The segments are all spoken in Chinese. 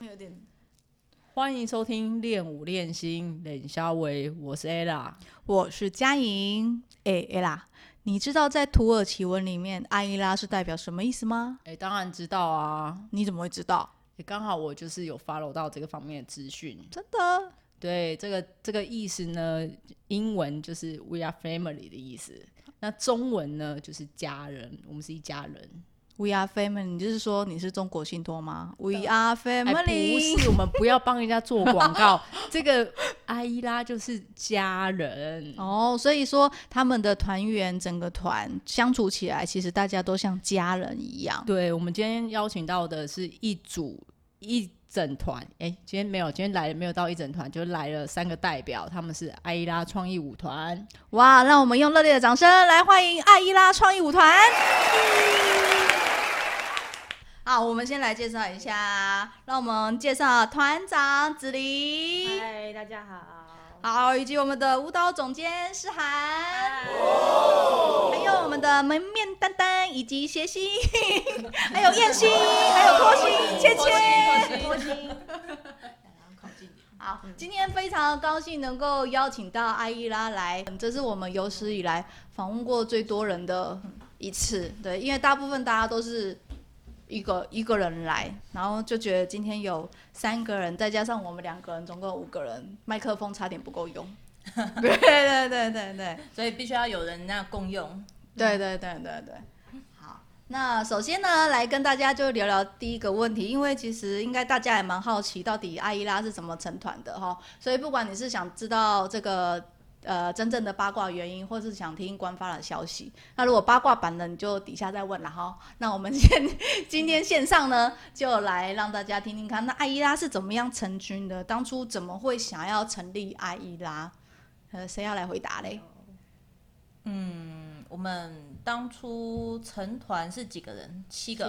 有点，欢迎收听《练舞练心冷肖维》，我是 Ella。我是佳莹。哎、哎啦，你知道在土耳其文里面“阿伊拉”是代表什么意思吗？哎，当然知道啊，你怎么会知道？也刚好我就是有 follow 到这个方面的资讯。真的？对，这个这个意思呢，英文就是 “we are family” 的意思，那中文呢就是家人，我们是一家人。 We are family，你就是说你是中国信托吗？We are 哎，不 family，、是，我们不要帮人家做广告。这个阿依拉就是家人，哦，所以说他们的团员整个团相处起来，其实大家都像家人一样。对，我们今天邀请到的是一组一整团，哎、今天没有，今天来没有到一整团，就来了三个代表，他们是艾依拉创意舞团。哇，让我们用热烈的掌声来欢迎艾伊拉创意舞团。好，我们先来介绍一下，让我们介绍团长子林，嗨，大家好。好，以及我们的舞蹈总监诗涵，还有我们的门面丹丹以及谐 星，还有燕星，还有托星、芊芊。好，今天非常高兴能够邀请到艾依拉来，嗯这是我们有史以来访问过最多人的一次。对，因为大部分大家都是一个一个人来，然后就觉得今天有三个人，再加上我们两个人，总共有五个人，麦克风差点不够用。 对对对对对。所以必须要有人那共用。对对对对对，好。那首先呢，来跟大家就聊聊第一个问题，因为其实应该大家也蛮好奇，到底艾依拉是怎么成团的哈。所以不管你是想知道这个呃真正的八卦原因，或是想听官方的消息，那如果八卦版的你就底下再问了哈。那我们先 今天线上呢，就来让大家听听看，那艾依拉是怎么样成军的？当初怎么会想要成立艾依拉？呃，谁要来回答嘞？嗯，我们当初成团是几个人？七个，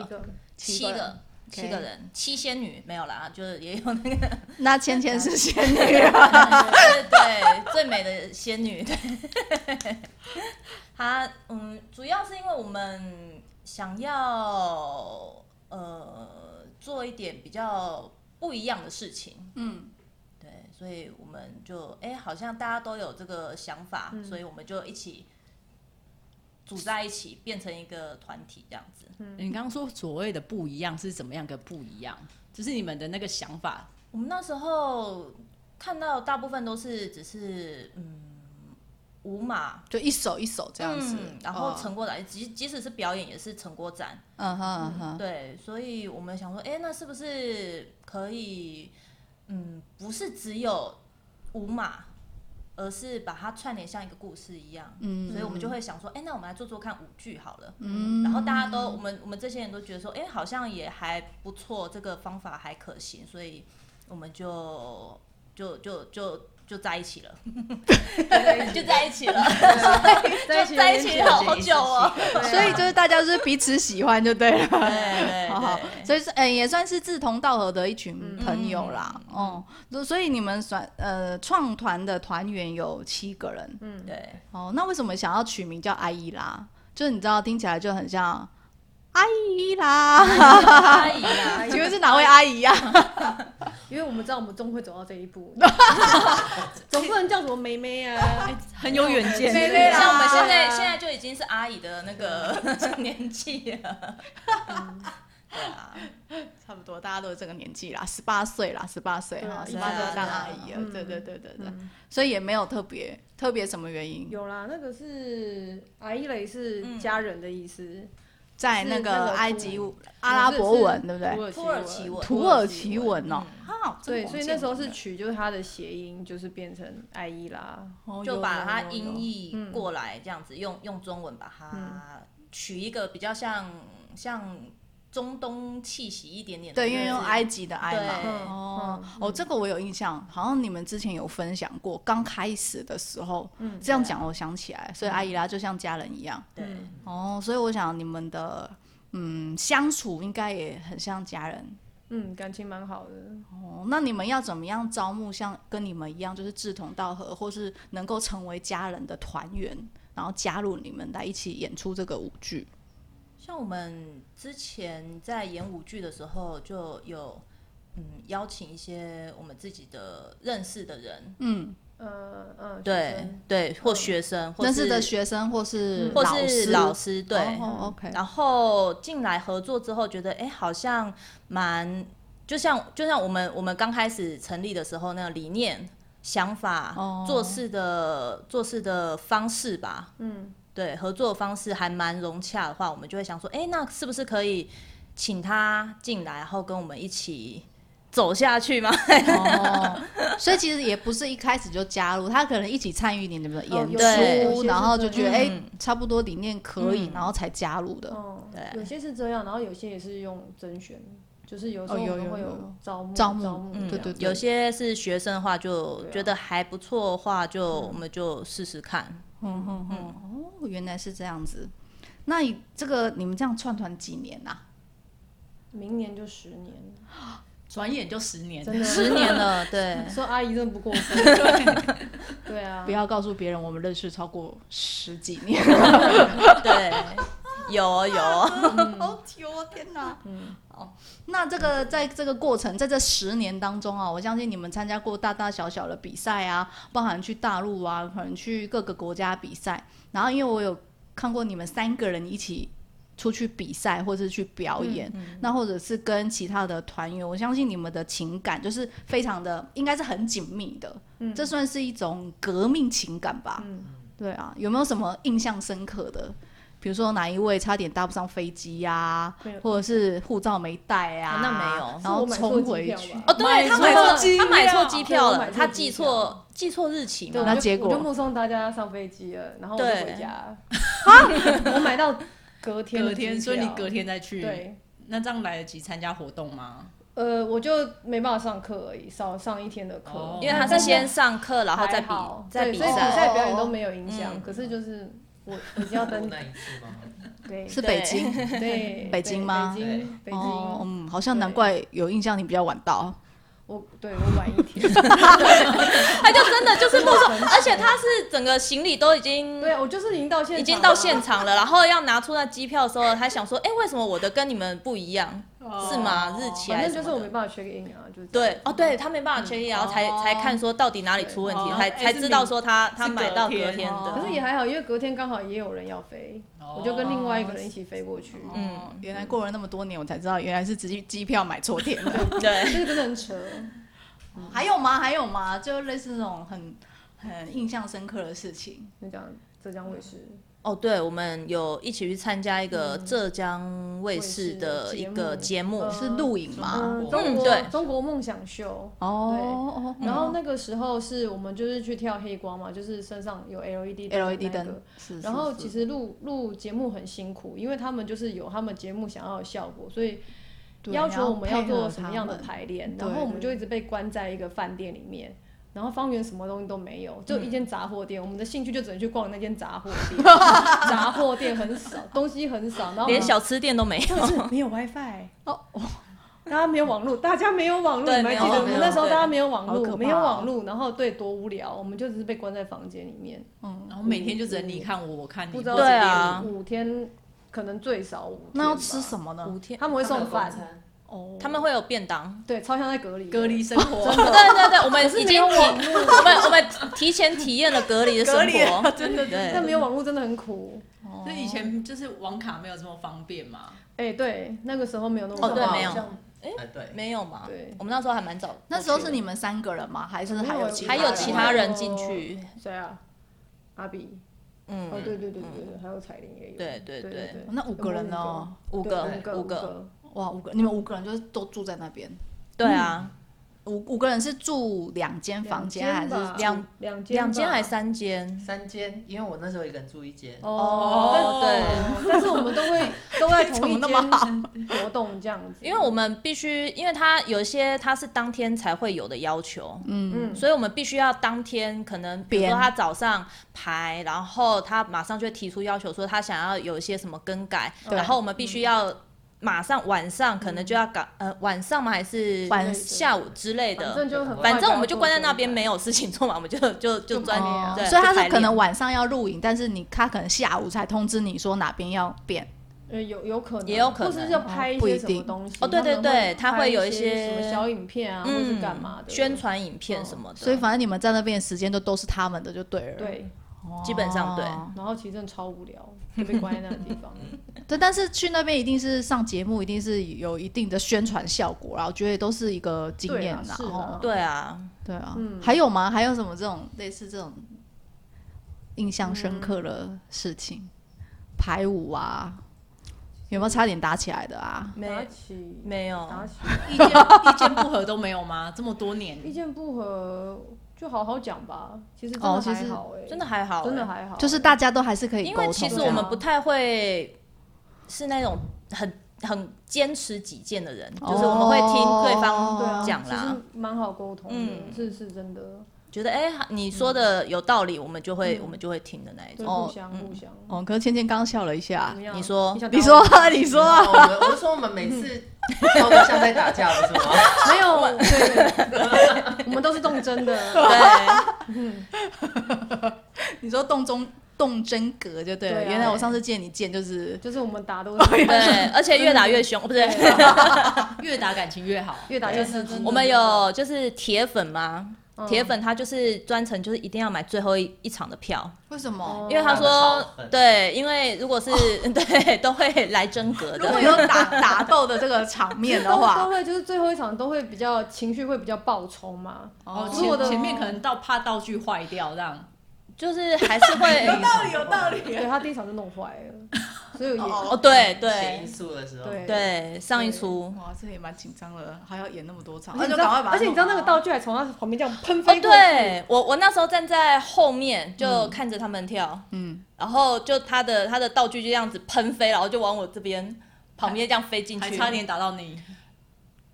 七七个个， OK 七个人，七仙女没有啦，就是也有那个那芊芊是仙女啊。对 对最美的仙 女。对，她嗯，主要是因为我们想要呃做一点比较不一样的事情，嗯，对，所以我们就哎、好像大家都有这个想法，所以我们就一起组在一起，变成一个团体这样子。嗯你刚刚说所谓的不一样是怎么样个不一样？就是你们的那个想法， 我们那时候看到大部分都是只是嗯舞马 就一手一手这这样子，嗯然后哦成果展，即即使是表演也是成果展，嗯哼嗯哼，对，所以我们想说，哎、那是不是可以嗯，不是只有舞马。而是把它串联像一个故事一样，嗯所以我们就会想说，哎、那我们来做做看舞剧好了。嗯然后大家都，我们我们这些人都觉得说，哎，好像也还不错，这个方法还可行，所以我们就就就就就在 一起了， 就在一起了，就在一起好久哦， 嗯所以就是大家就是彼此喜欢就对了，对 对好好，对，所以是嗯、也算是志同道合的一群朋友啦，哦、那所以你们算呃创团的团员有七个人，嗯对，哦，那为什么想要取名叫阿依拉？就是你知道听起来就很像阿依拉，阿姨啊，请问是哪位阿姨啊呀、因为我们知道我们终会走到这一步， 总不能叫什么梅梅啊，很有远 见妹妹啦像我们现在现在就已经是阿姨的那 个年纪了，对啊，差不多，大家都是这个年纪啦，十八岁啦，十八岁哦对啊哈，十八岁对啊当对啊阿姨了，嗯对对对对对，嗯所以也没有特别特别什么原因，有啦，那个是阿依蕾是嗯家人的意思，在那是那个个埃土及文阿拉伯文，对不对？对土耳其文，嗯土耳其文哦，啊，这对，个我所以见那时候过是的取就是它的谐音，就是变成艾依拉。哦就有把有它有音有译过嗯来，这样子用用中文把它取一个比较像像中东气息一点点的对，日子。因为用埃及的埃对嘛。哦哦，这个我有印象，好像你们之前有分享过，刚开始的时候，嗯这样讲我想起来，所以阿姨拉就像家人一样。对，嗯哦，所以我想你们的嗯相处应该也很像家人。嗯，感情蛮好的。哦，那你们要怎么样招募像跟你们一样就是志同道合，或是能够成为家人的团员，然后加入你们来一起演出这个舞剧？像我们之前在演舞剧的时候，就有嗯邀请一些我们自己的认识的人，嗯，呃呃，学对生对，或学生，或认识是嗯的学生或是或师，是老师，对。哦，OK，然后进来合作之后，觉得哎，好像蛮，就像就像我们我们刚开始成立的时候那个理念、想法、哦做事的做事的方式吧，嗯，对，合作方式还蛮融洽的话，我们就会想说，哎，那是不是可以请他进来，然后跟我们一起走下去 吗？哦，所以其实也不是一开始就加入，他可能一起参与你们哦的演有对有出，些然是后这就觉得样哎、嗯差不多理念可以，嗯然后才加入的。哦，对有些是这样，然后有些也是用甄选，就是有时候哦我有们会有有有招募招募募嗯这对对样对有些是学生的话，就啊觉得还不错的话，就嗯我们就试试看。嗯嗯嗯，哦，原来是这样子。那你这个你们这样串团几年啊呐、明年就十年，转眼就十年，真的十年了，对，说阿姨真的不过分，对啊不，要告诉别人我们认识超过十几年。对，有哦有哦，嗯好久哦，天哪！嗯，哦，那这个在这个过程，在这十年当中啊，我相信你们参加过大大小小的比赛啊，包含去大陆啊，可能去各个国家比赛。然后，因为我有看过你们三个人一起出去比赛，或是去表演，嗯那或者是跟其他的团员，我相信你们的情感就是非常的，应该是很紧密的。嗯这算是一种革命情感吧？嗯对啊，有没有什么印象深刻的？比如说哪一位差点搭不上飞机呀、没有或者是护照没带啊、哦那没有然后冲回去。哦，买对他错 买错机他买票错机票对我了，买错他机记错记错日期对，嘛我，那就结果我就目送大家上飞机了，然后我就对回家。 我买到隔天的隔天，机所以你票隔天再去，对，那这样来得及参加活动 吗？呃，我就没办法上课而已，少上一天的课哦，因为他是先上课，然后再比还好再对比所以比赛。赛表演都没有影响。嗯可是就是我我一定要 登那一次吗？对是对北 京对北京吗北京北哦，京，嗯，好像难怪有印象，你比较晚到。我对我晚一天，他哎就真的就是没很错，惨而且他是整个行李都已经对我啊就是已经到现场已经到了现场了，然后要拿出那机票的时候，他想说，哎，为什么我的跟你们不一样？是吗？日期反还正是什就是我么没的？办法 check in 啊，就是这样对，哦，对他没办法确定，然后才才看说到底哪里出问题，对才哦才哎知道是说他他是买隔到隔天天哦可的是。也还好，因为隔天刚好也有人要飞，我就跟另哦外一个人一起飞过去。嗯，原来过了那么多年，我才知道原来是机机票买错点了。对，这个真的很扯，嗯 还有吗？还有吗？就类似这种很很印象深刻的事情。那讲浙江卫视，哦，对，我们有一起去参加一个浙江卫视的一个节目，嗯是录影吗？嗯，嗯中国、对中国梦想秀。哦然后那个时候是我们就是去跳黑光嘛，就是身上有 LED E 灯的，LED 那个 E 灯。是是然后是其实录录节目很辛苦，因为他们就是有他们节目想要的效果，所以对要求我们要做什么样的然后配合排练，对然后我们就一直被关在一个饭店里面。然后方圆什么东西都没有，就嗯一间杂货店。我们的兴趣就只能去逛那间杂货 店，杂货店很少，东西很少，然后连小吃店都没有。就是 没有 WiFi 哦，大家没有网络，大家没有网络，对你们还记没得有我们网络那时候大家没有网对好可怕络，哦没有网络，然后对多无聊，我们就只是被关在房间里面。哎然后每天就只能你看我，我看你，不知道对啊五天，可能最少五天吧。那要吃什么呢？五天，他们会送饭，哦， 他们会有便当。对，超像在隔离。隔离生 活，对对对，我们已没经有体，网我们我们提前体验了隔离的生隔离活，真的但对，没有网络真的很苦。所以以前就是网卡没有这么方便嘛。哎，对，那个时候没有那么哦对没有像哎，对，没有嘛对？我们那时候还蛮早过去的，那时候是你们三个人吗？还是还有其他还人哦有其他人进去，谁啊？阿比。嗯哦，对对对对对，还有彩铃也有。对对对对那五个人哦，五我们个五个对五五个，个五个。嗯哇，五个，你们五个人就是都住在那边。对啊，五五个人是住两间房间还是吧两两间两间吧还三间？三间，因为我那时候一个人住一间，哦，对但但是我们都 会都会在怎同么一那间么好活动这样子，因为我们必须，因为它有一些它是当天才会有的要求，嗯所以我们必须要当天可能，比如说他早上排，然后他马上就会提出要求，说他想要有一些什么更改，嗯对然后我们必须要马上晚上可能就要赶，呃，晚上吗？还是晚上下午之类嗯反的？正就很快反正我们就要做关在那边，这个没有事情做嘛，我们就就就专哦对，所以他就排是练可能晚上要录影，但是你他可能下午才通知你说哪边要变。呃，有有可能，也有可能或是要拍一不一些什么定东西。哦对对他们对它拍会一有一什么些小影片啊，或是干嘛的嗯宣。传影片什么的，嗯所以反正你们在那边的时间都都是他们的，就对了。对，哦，基本上对然后其实真的超无聊，就被关在那个地方。对，但是去那边一定是上节目，一定是有一定的宣传效果啦，我觉得都是一个经验对啦啊。是哦啊对啊，对啊，嗯还有吗？还有什么这种类似这种印象深刻的事情？排舞啊，有没有差点打起来的啊？没打起，没有，打起，意见意见不合都没有吗？这么多年， 意见不合就好好讲吧。其实真哦的其还实好哎，真的还好、真的欸还好欸，就是大家都还是可以因沟为通其实这我样们不太会是那种很很坚持己见的人，就是我们会听对哦对方啊，讲其啦，实蛮好沟通嗯的，是是真的，觉得哎、你嗯说的有道理，我们就会、嗯我们就会听的那一对，种。互哦，相互相。哦，可是芊芊刚刚笑了一下怎么，样你说想打你 说我啊，你说啊，然后哦我们我就说我们每次嗯都像在打架，不是吗？ 没有？对，我们都是动真的。嗯对，你说洞中洞真格就对了。对啊原来我上次见你见就是就是我们打都是对，而且越打越凶，不是？啊越打感情越好，越打越刺真激的。我们有就是铁粉吗？嗯铁粉他就是专程就是一定要买最后一一场的票，为什么？因为他说打得好分对，因为如果是 对都会来真格如果的，有打 打斗的这个场面的都都 话，哦会就是最后一场都会比较情绪会比较爆冲嘛，哦，如果前的前面可能到怕道具坏掉这样，就是还是会道理有道理。对他第一场就弄坏了，所以我哦，也对写对因素的时候，对对，上一出哇，这也蛮紧张的，还要演那么多场，而且你就知赶道快把它弄好啊。而且你知道那个道具还从他旁边这样喷哦飞，过去，对我我那时候站在后面就看着他们跳，嗯，然后就他的他的道具就这样子喷飞，然后就往我这边旁边这样飞进还去，差。点打到你。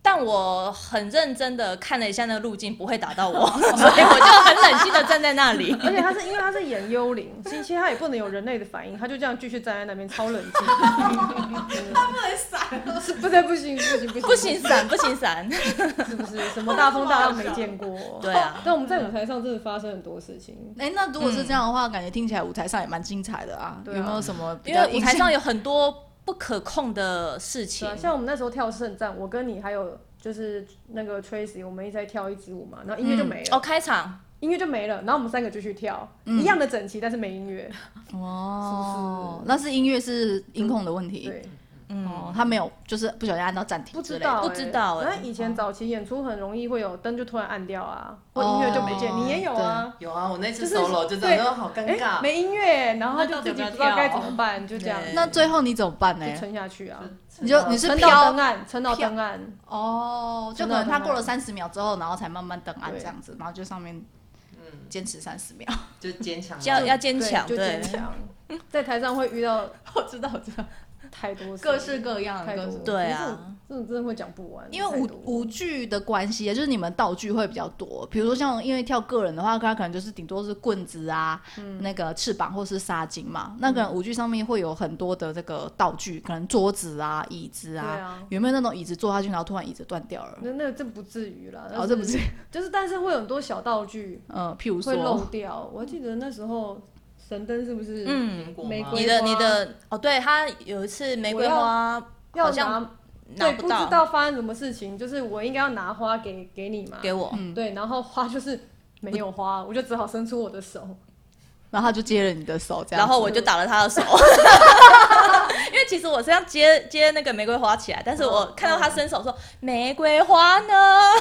但我很认真的看了一下那个路径，不会打到我，所以我就很冷静的站在那里。 而且他是因为他是演幽灵，其实他也不能有人类的反应，他就这样继续站在那边超冷 静，他不能闪， 是不对不行不行不行不行闪，不行闪，是不是什么大风大浪没见过？对啊但我们在舞台上真的发生很多事情，哎、那如果是这样的话，感觉听起来舞台上也蛮精彩的啊。对啊有没有什么比因较为印象？舞台上有很多不可控的事情对啊，。像我们那时候跳圣战，我跟你还有就是那个 Tracy，我们一直在跳一支舞嘛，然后嗯音乐就没了。哦，开场音乐就没了，然后我们三个就去跳，嗯一样的整齐，但是没音乐。哦，那是音乐是音控的问题。对，嗯哦，他没有，就是不小哎心按到暂停，不知道、欸，不知道欸反正以前早期演出很容易会有灯就突然暗掉啊，或音乐就不见，哦你也有啊。有啊，我那次就是 solo 就这样，对然后好尴哎、尬，没音乐，然后他就那到底自己要不不要知道该跳怎么办，就这样，那最后你怎么办呢？就撑下去啊。你就你是撑到飘灯暗，撑到灯暗，哦，就可能他过了三十秒之后，然后才慢慢等按对这样子，然后就上面嗯，坚持三十秒。就坚强。要要坚强，就对坚强。在台上会遇到 我知道，我知道，太多事各式各样的太各多式，，对啊，这种真的会讲不完。因为太多舞舞剧的关系，啊就是你们道具会比较多，比如说像因为跳个人的话，他可能就是顶多是棍子啊，嗯那个翅膀或是纱巾嘛。那可能舞剧上面会有很多的这个道具，可能桌子啊、椅子对啊，啊，有没有那种椅子坐下去，然后突然椅子断掉了？那那这不至于啦。哦，这不是，就是，但是会有很多小道具嗯，譬如会漏说，掉。我记得那时候神灯是不是？嗯苹，果玫吗瑰你的你的哦，对他有一次玫瑰花要好像拿拿对，不不知到，道发生什么事情，就是我应该要拿花给给你嘛，给嗯我，对，然后花就是没有花，我就只好伸出我的手，然后他就接了你的手，这样子， 然后我就打了他的手，因为为其实我是要接接那个玫瑰花起来，但是我看到他伸手说玫瑰花呢，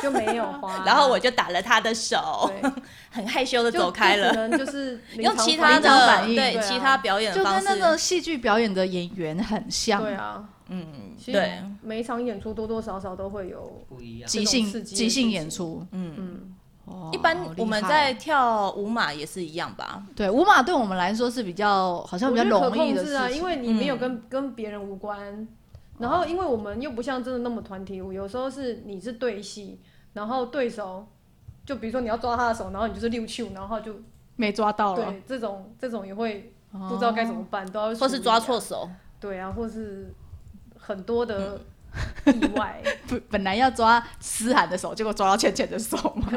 就没有花 ，然后我就打了他的手， 对很害羞的就走开就了。只 能就是临用场其他临场的反应对啊其他表演的就方跟式，那个戏剧表演的演员很像，对啊，嗯，其实对，每一场演出多多少少都会有，不一样。即这种刺兴激的即事兴情演出。嗯，嗯，哦一般好厉我们害在跳舞马也是一样吧，对舞马对我们来说是比较好像我比较觉得可容易控的制啊，事因情。为嗯你没有跟跟别人无关，然后因为我们又不像真的那么团体舞，有时候是你是对戏，然后对手。就比如说你要抓他的手，然后你就是溜球，然后就没抓到哦了，对这种这种也会不知道该怎么办，都要或是抓处理错啊手，对啊，或是很多的意外，本本来要抓思涵的手，结果抓到倩倩的手嘛，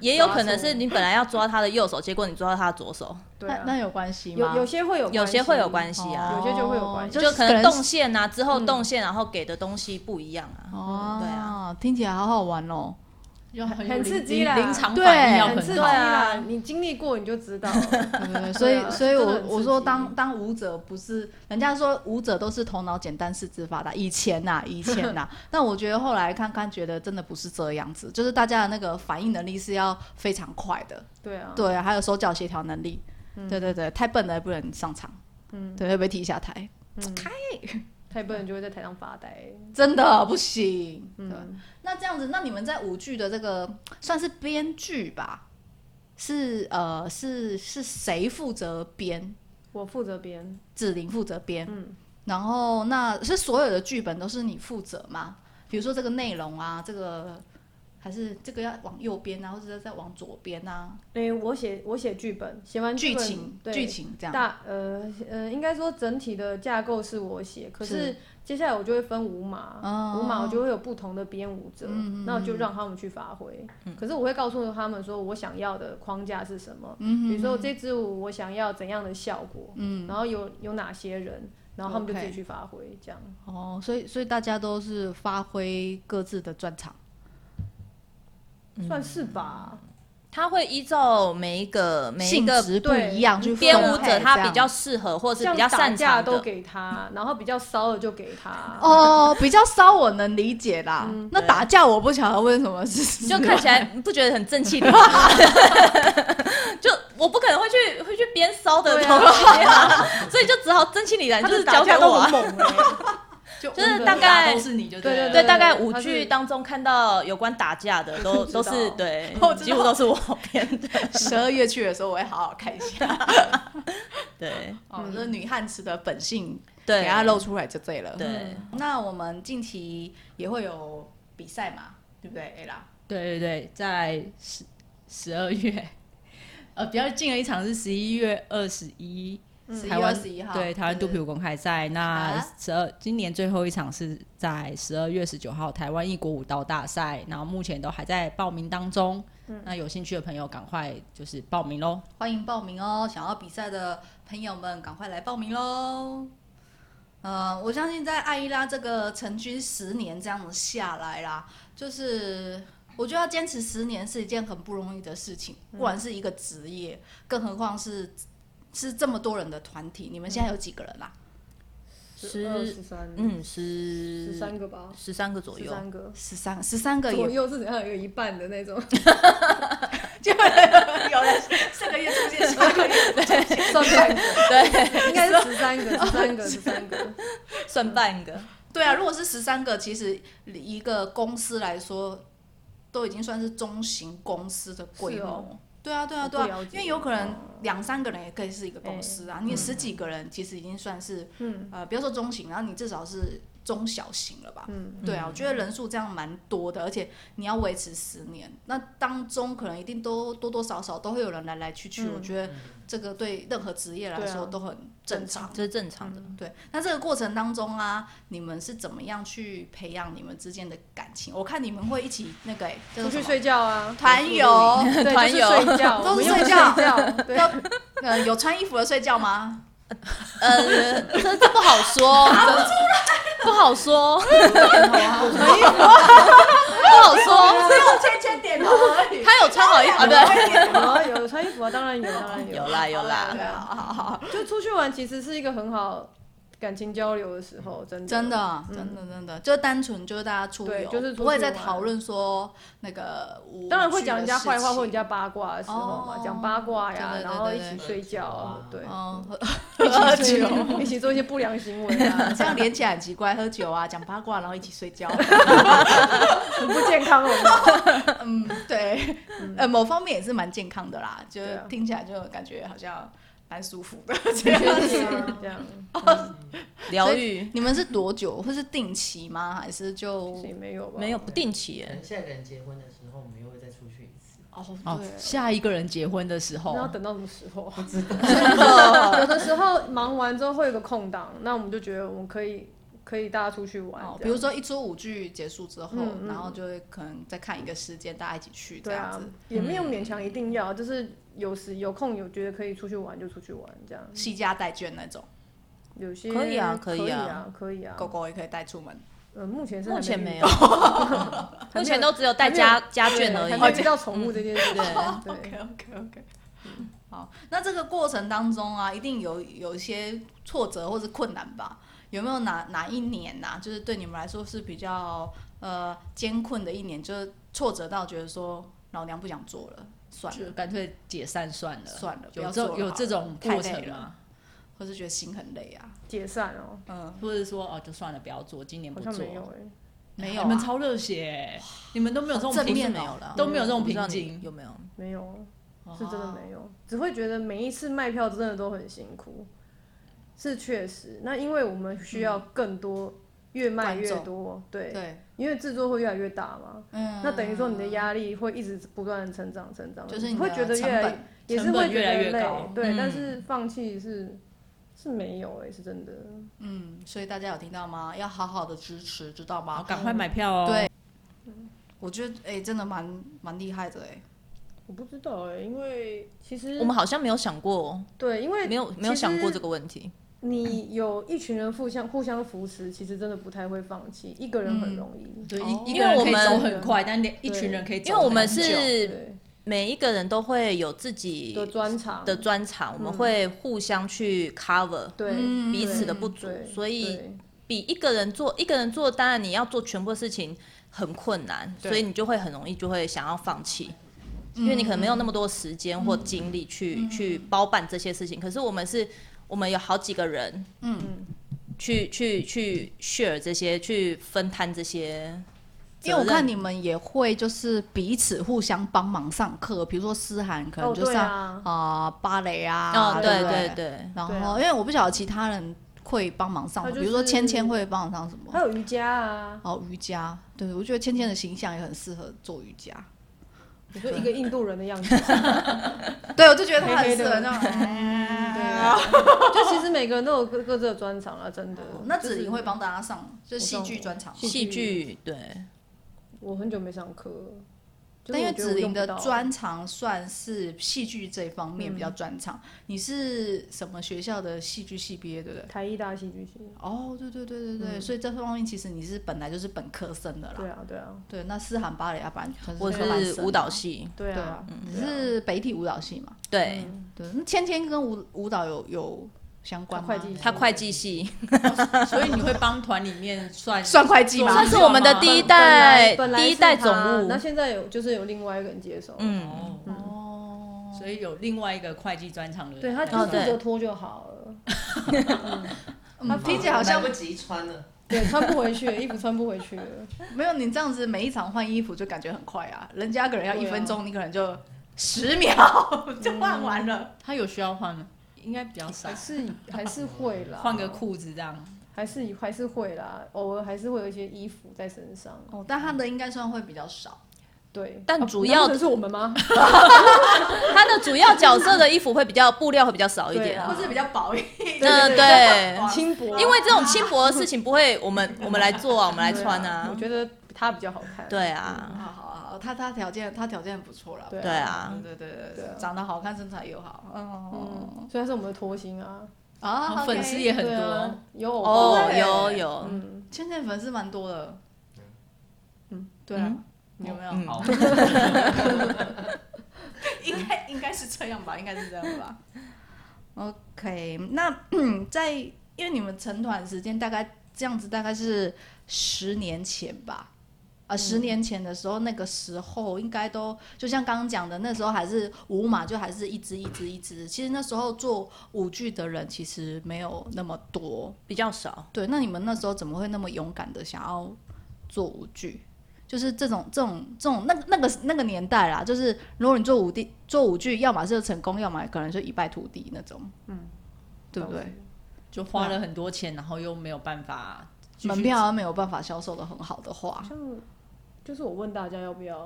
也有可能是你本来要抓他的右手，结果你抓到他的左手，对啊，那那有关系吗？有有些会有，有些会有关系，系啊，有些就会有关系哦就可能是动线啊，之后动线，然后给的东西不一样啊。嗯哦，对啊，听起来好好玩哦。就很很有刺临激啦临场对反应啊要很刺很激啊好。啦，你经历过你就知道了，对对 对，所以、对啊所以真的我很刺我说激当当舞者不是，人家说舞者都是头脑简单四肢发达，以前呐、以前呐、啊 但我觉得后来看看，觉得真的不是这样子，就是大家的那个反应能力是要非常快的，对啊，对，还有手脚协调能力，对对对，太笨了也不能上场，嗯对，会被踢下台，嗯，太笨了就会在台上发呆，真的不行。对，嗯，那这样子，那你们在舞剧的这个算是编剧吧？是呃，是是谁负责编？我负责编，子玲负责编，嗯然后那是所有的剧本都是你负责吗？比如说这个内容啊，这个还是这个要往右边啊，或者是再往左边啊，因为我写我写剧本，写嗯完剧剧本情对剧情这样。大呃呃，应该说整体的架构是我写，可是是接下来我就会分舞码，哦舞码我就会有不同的编舞者，嗯那我就让他们去发挥。可是我会告诉他们说我想要的框架是什嗯么，嗯比如说这支舞我想要怎样的效果，嗯然后有有哪些人，然后他们就自己 OK 去发挥这样。哦，所以所以大家都是发挥各自的专长。嗯算是吧，他会依照每一个每一性个质不一样，去编分舞配者，这他样比较适合或是像比较打擅架长都的，给他，然后比较骚的就给他。哦，比较骚我能理解啦。那对打架我不晓得为什么是，就看起来不觉得很正气凛然。 就我不可能会去会去编骚的对东啊西啊，所以就只好正气凛然，他就的是交打给架都我啊很。猛哎、 就就是嗯大概都是你就对对了对对，大概舞他是剧当中看到有关打架的，都知都道是对我，知几乎道都是我编的。十二月去的时候，我会好好看一下。对哦，就是女汉子的本性，对，给它露嗯出来就对了。对那我们近期也会有比赛嘛，对不对？A 啦，对对对，在十十二月，呃，比较近的一场是十一月二十一，十一台月湾二十一号，对台湾肚皮是舞公开赛。那啊十二今年最后一场是在十二月十九号台湾异国舞蹈大赛，然后目前都还在报名当中。那有兴趣的朋友赶快就是报名喽。欢迎报名哦！想要比赛的朋友们，赶快来报名喽！呃，我相信在艾依拉这个成军十年这样子下来啦，就是我觉得要坚持十年是一件很不容易的事情，不管是一个职业，更何况是是这么多人的团体。你们现在有几个人啦、啊十二十三，嗯，十十三个吧，十三个左十右，三个。十三十三个 左也右是怎样有一半的那种，有人上个月出现，下个月算半个，对， 应该是十 三个，十三个，十三个，算半个。对啊，如果是十三个，其实一个公司来说，都已经算是中型公司的规模。是哦对啊，对啊，我不对啊了，解因为有可能哦哎两三个人也可以是一个公司啊，你十几个人其实已经算是，嗯呃，不要说中型，然后你至少是中小型了吧？嗯，对啊，我觉得人数这样蛮多的，而且你要维持十年，那当中可能一定都多多少少都会有人来来去去，嗯我觉得这个对任何职业来对啊说都很正常。这是正常的。对，那这个过程当中啊，你们是怎么样去培养你们之间的感情？我看你们会一起那个、欸，这出个去什么睡觉啊，团游， 对，团就是游睡觉，都是我们又不睡睡觉 觉，对，呃，有穿衣服的睡觉吗？ 呃，这这不好 说，不好说，不好说。有圈圈点哦 头而已。他有穿 好衣服，对，有啊有穿衣服啊，当然有，当然有啦有对啦，啊，好好好，就出去玩其实是一个很好感情交流的时候，真的真的的，啊真的，真的，就单纯就是大家出对游，就是不会出去再玩讨论说那个无当然会趣讲的人家事坏话情或人家八卦的时候嘛，讲八卦哦呀，对对对然后一对起对睡觉啊，对，嗯，喝 一起酒做 一起做一些不良行为 啊，这样连起来很奇怪，喝酒啊，讲 八卦，然后一起睡觉。很不健康哦。 嗯，对，呃，某方面也是蛮健康的啦，就对是啊听起来就感觉好像蛮舒服 的这样子。这样疗愈你们是多久，或是定期吗？还是就也没有吧？没哦有不定期耶可，能下一个人结婚的时候，我们又会再出去一次。哦哦，，下一个人结婚的时那要候，等到什么时候啊？真的有的时候忙完之后会有个空档，那我们就觉得我们可以可以大家出去玩哦，，这比如样说一出舞剧结束之后，嗯嗯然后就会可能再看一个时间，大家一起去这对样啊子。，也没有勉强一定嗯要，就是有时有空有觉得可以出去玩就出去玩这样。西家带眷那种，有些可以啊可可以以啊，可以啊。狗狗也可以带出门。呃，目前是还目前没遇有到， 目前都只有带家家对眷而还已。嗯没遇到宠物这件事。对 OK OK OK。好，嗯那这个过程当中啊，一定有有一些挫折或者困难吧？有没有哪哪一年呐、就是对你们来说是比较呃艰困的一年，就是挫折到觉得说老娘不想做了，算了，就干脆解散算了，算了不有要这做了有好这了种太过累程了吗？或是觉得心很累啊？解散哦，嗯，或者说哦，就算了，不要做，今年好不像做。没有哎。没有、你们啊，超热血欸，你们都没有这种正平面没哦有都没有这种不知瓶道你颈。有没有？没有啊，是真的没有，只会觉得每一次卖票真的都很辛苦，是确实。那因为我们需要更多，越卖越观多，对，对，因为制作会越来越大嘛，嗯，那等于说你的压力会一直不断的成长成长，就是你会觉的得成越来本，也是成本会觉越来得越累高，对，嗯但是放弃是是没有哎，是真的，嗯，所以大家有听到吗？要好好的支持，知道吗好，？赶快买票哦！对我觉得哎、真的蛮蛮厉害的哎、我不知道哎，因为其实我们好像没有想过，对，因为没有没有想其过实这个问题。你有一群人互相互相扶持，其实真的不太会放弃，一个人嗯很容易。对，哦一一因个为人我可以们走很快，但两一对群人可以走很久。因为我们是对每一个人都会有自己的专长的专长，我们嗯会互相去 cover 对嗯彼此的不足，对，所以对比一个人做一个人做，当然你要做全部的事情很困难，对嗯所以你就会很容易就会想要放弃，因为你可能没有那么多时间或精力去、去包办这些事情。可是我们是，我们有好几个人，嗯，去去去 share 这些，去分摊这些责任。因为我看你们也会就是彼此互相帮忙上课，比如说思涵可能哦就对上啊，啊、芭蕾啊，哦，对对不对对，然对后啊因为我不晓得其他人会帮忙上什么，他就比如说是芊芊会帮忙上什还么，有瑜伽啊，哦瑜伽，对我觉得芊芊的形象也很适合做瑜伽，你说一个印度人的 样子，对我就觉得她黑很黑适的合那种，对对啊，就其实每个人都有各各自的专长啊，真的。哦那就子是怡会帮大家上，就是戏我剧上专场嘛，戏剧对，我很久没上课，就是但因为我觉得子我玲用不的到专长算是戏剧这一方面比较专长，你是什么学校的戏剧系毕业，对不对？台艺大戏剧系，哦，对对对对对，嗯所以这方面其实你是本来就是本科生的啦。对啊对啊对那思涵芭蕾啊，本来就是我科班是生舞蹈嘛。系，对对啊嗯啊，，嗯你是北体舞蹈系嘛？对，对，那芊芊跟舞舞蹈有有相关吗？会计系他会计系，所以你会帮团里面算算会计吗算算是我们的第一代本来本来第一是代总他务那，现在有就是有另外一个人接手，嗯。哦，哦，所以有另外一个会计专场的人。对他就哦是负对责脱就好了。嗯听起来好像来不及穿了，对，穿不回去了，衣服穿不回去了。 没有你这样子，每一场换衣服就感觉很快啊，人家可能要一对啊分钟，你可能就十秒 就换完了。他有需要换吗？应该比较少还，是还是会啦，换个，裤子这样。还是还是会啦，偶尔还是会有一些衣服在身上。哦，但他的应该算会比较少。对，但哦啊主难要 不成是我们吗？他的主要角色的衣服会比较布料会比较少一对点啊或，是比较薄一点。嗯对，轻薄，啊因为这种轻薄的事情不会我们我们来做啊，我们来穿啊我，觉得它比较好看。对啊，好好好，他他条件他条件不错了。对对啊，对对对对啊长得好看，身材又好。嗯嗯，所以它是我们的拖星啊，然啊，后粉丝也很对多啊，，有偶包哦啊，有有，嗯，芊芊粉丝蛮多的。嗯，对啊嗯，有没有？嗯，好， 应该应该是这样吧，应该是这样吧。OK，那 在因为你们成团时间大概这样子，大概是十年前吧。啊，十年前的时候，那个时候应该都就像刚刚讲的，那时候还是舞马，就还是一只一只一只。其实那时候做舞剧的人其实没有那么多。比较少。对，那你们那时候怎么会那么勇敢的想要做舞剧？就是这种这种这种那那个那个年代啦，就是如果你做舞地做舞剧，要么是成功，要么可能就一败涂地那种。嗯，对不对？就花嗯了很多钱，然后又没有办法继续门票没有办法销售的很好的话好，像就是我问大家要不要。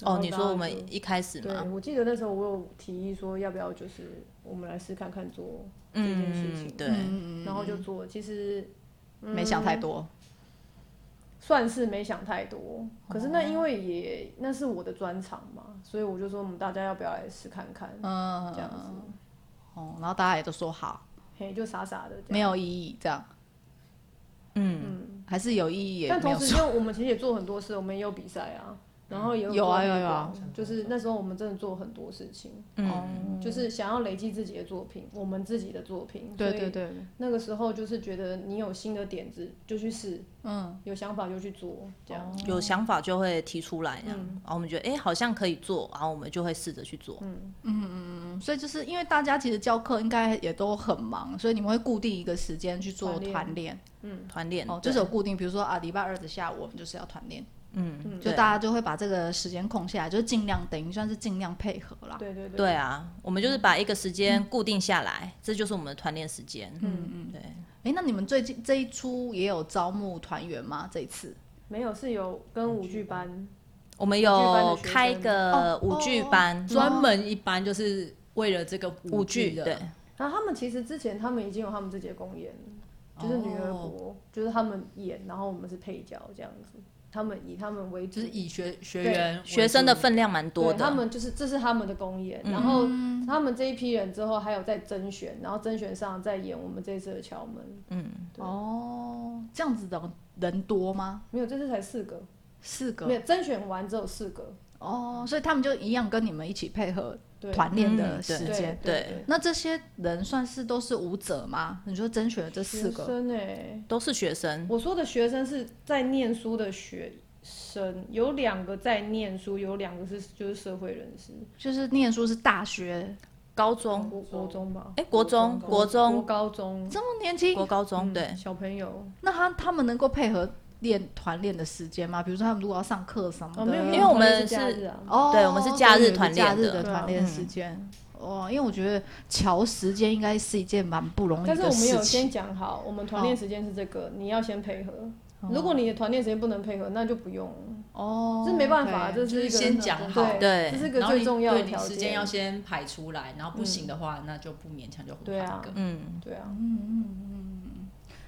然哦，后你大说家我就们一开始对嘛，，我记得那时候我有提议说，要不要就是我们来试看看做这件事情，嗯，对，嗯然后就做。其实嗯没想太多。算是没想太多，可是那哦因为也那是我的专场嘛，所以我就说我们大家要不要来试看看，嗯，这样子，哦，然后大家也都说好，嘿，就傻傻的这样没有异议，这样嗯，还是有异议也但没同有时，说。因为我们其实也做很多事，我们也有比赛啊，然后也有啊做推有啊广就是那时候我们真的做很多事情，哦嗯，就是想要累积自己的作品，我们自己的作品。对对。对，那个时候就是觉得你有新的点子就去试，嗯，哦有想法就去做，这样。有想法就会提出来，这样，然后我们觉得哎好像可以做，然后我们就会试着去做，嗯所以就是因为大家其实教课应该也都很忙，所以你们会固定一个时间去做团练团练，团练哦，就是对有固定，比如说啊，礼拜二的下午我们就是要团练，嗯，就对大家就会把这个时间空下来，就是尽量等于算是尽量配合啦。对对对。对啊，我们就是把一个时间固定下来，这就是我们的团练时间。嗯嗯，对，哎，那你们最近这一出也有招募团员吗？这一次没有是有跟舞剧班，我们舞有剧班的学生开个哦舞剧班，专门一般就是为了这个嗯哦舞舞剧剧对的，，然后他们其实之前他们已经有他们自己的公演，就是女儿国，就是他们演，然后我们是配角这样子，他们以他们为主，就是以学学员为学生的主分量蛮多对他的，们就是这是他们的公演，然后他们这一批人之后还有在甄选，然后甄选上再演我们这一次的敲门，嗯，对哦，这样子的人多吗？没有这次才四个，四个没有甄选完只有四个哦，所以他们就一样跟你们一起配合对团练的嗯时对间。对对那这些人算是都是舞者吗？你说甄选的这四学个，生哎、都是学生，我说的学生是在念书的学生，有两个在念书，有两个是就是社会人士，就是念书是大学高中，国国中吧，哎，国中，国国中，高中，这么年轻，国高中，嗯对，小朋友，那他他们能够配合练团练的时间吗？比如说他们如果要上课什么的，哦没有，因为我们团练假是日啊，哦，对我们是假日对团假练的日的团练时间。嗯哦，因为我觉得调时间应该是一件蛮不容易但是我的们事有情先。讲好，我们团练时间是这个，你要先配合。如果你的团练时间不能配合，那就不用，哦，这没办法，对这是一个就是先讲好对，对这是一个然后最你重要的对你条时间要件。先排出来，然后不行的话，那就不勉强就对换啊一个。嗯，对啊，嗯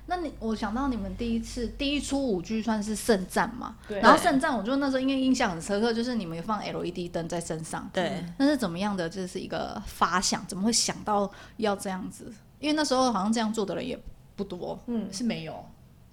那你我想到你们第一次第一出舞剧算是圣战嘛，对然后圣战我就那时候应该印象很深刻，就是你们有放 LED 灯在身上，对，那是怎么样的？这是一个发想，怎么会想到要这样子？因为那时候好像这样做的人也不多，嗯，是没有，啊